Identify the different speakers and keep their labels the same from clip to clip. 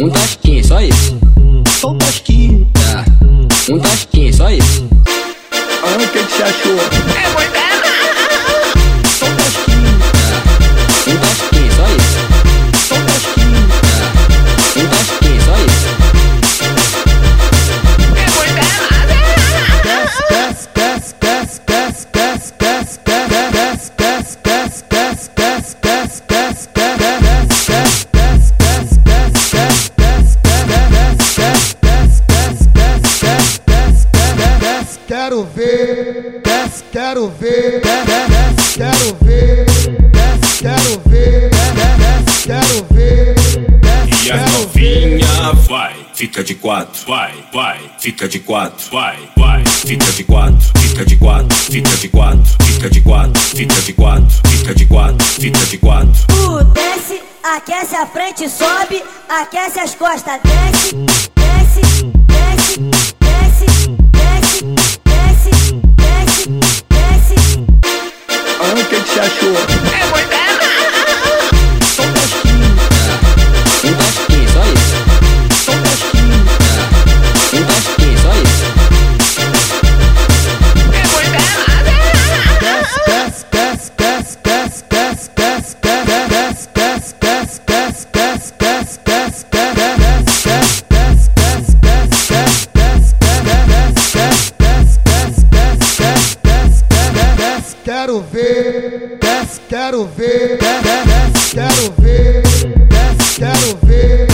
Speaker 1: Um tasquinho, só isso.
Speaker 2: Só um tasquinho.
Speaker 1: Tá. Um tasquinho, só isso.
Speaker 2: Ah, o que que você achou? Só um
Speaker 1: Um tasquinho, só isso.
Speaker 2: tasquinho.
Speaker 1: Um tasquinho, só isso.
Speaker 3: Quero ver, desce, quero ver, desce, quero ver, desce, quero ver, desce, quero ver, desce,
Speaker 4: E a
Speaker 3: quero ver.
Speaker 4: novinha vai, fica de quatro, vai, vai, fica de quatro, vai, vai, fica de quatro, fica de quatro, fica de quatro, fica de quatro, fica de quatro, fica de quatro, fica de quatro.
Speaker 5: Tu desce, aquece a frente, sobe, aquece as costas, desce, desce, desce, desce, desce, desce, desce, desce.
Speaker 2: Ah, o que que você achou? Só um tasquinho.
Speaker 1: Um tasquinho, só isso.
Speaker 2: Só um tasquinho.
Speaker 1: Um tasquinho, só isso.
Speaker 3: Quero ver, desce, quero ver, desce, quero ver, desce, quero ver,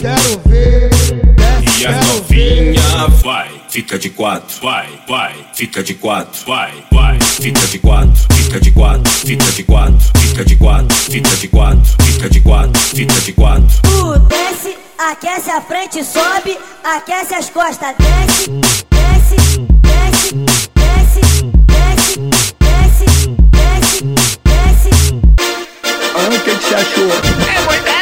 Speaker 3: desce, quero ver, desce,
Speaker 4: E a
Speaker 3: quero ver.
Speaker 4: novinha vai, fica de quatro, vai, vai, fica de quatro, vai, vai, fica de quatro, fica de quatro, fica de quatro, fica de quatro, fica de quatro, fica de quatro, fica de quatro.
Speaker 5: Tu desce, aquece a frente, sobe, aquece as costas, desce, desce, desce, desce, desce, desce, desce, desce.
Speaker 2: Ah, o que que você achou?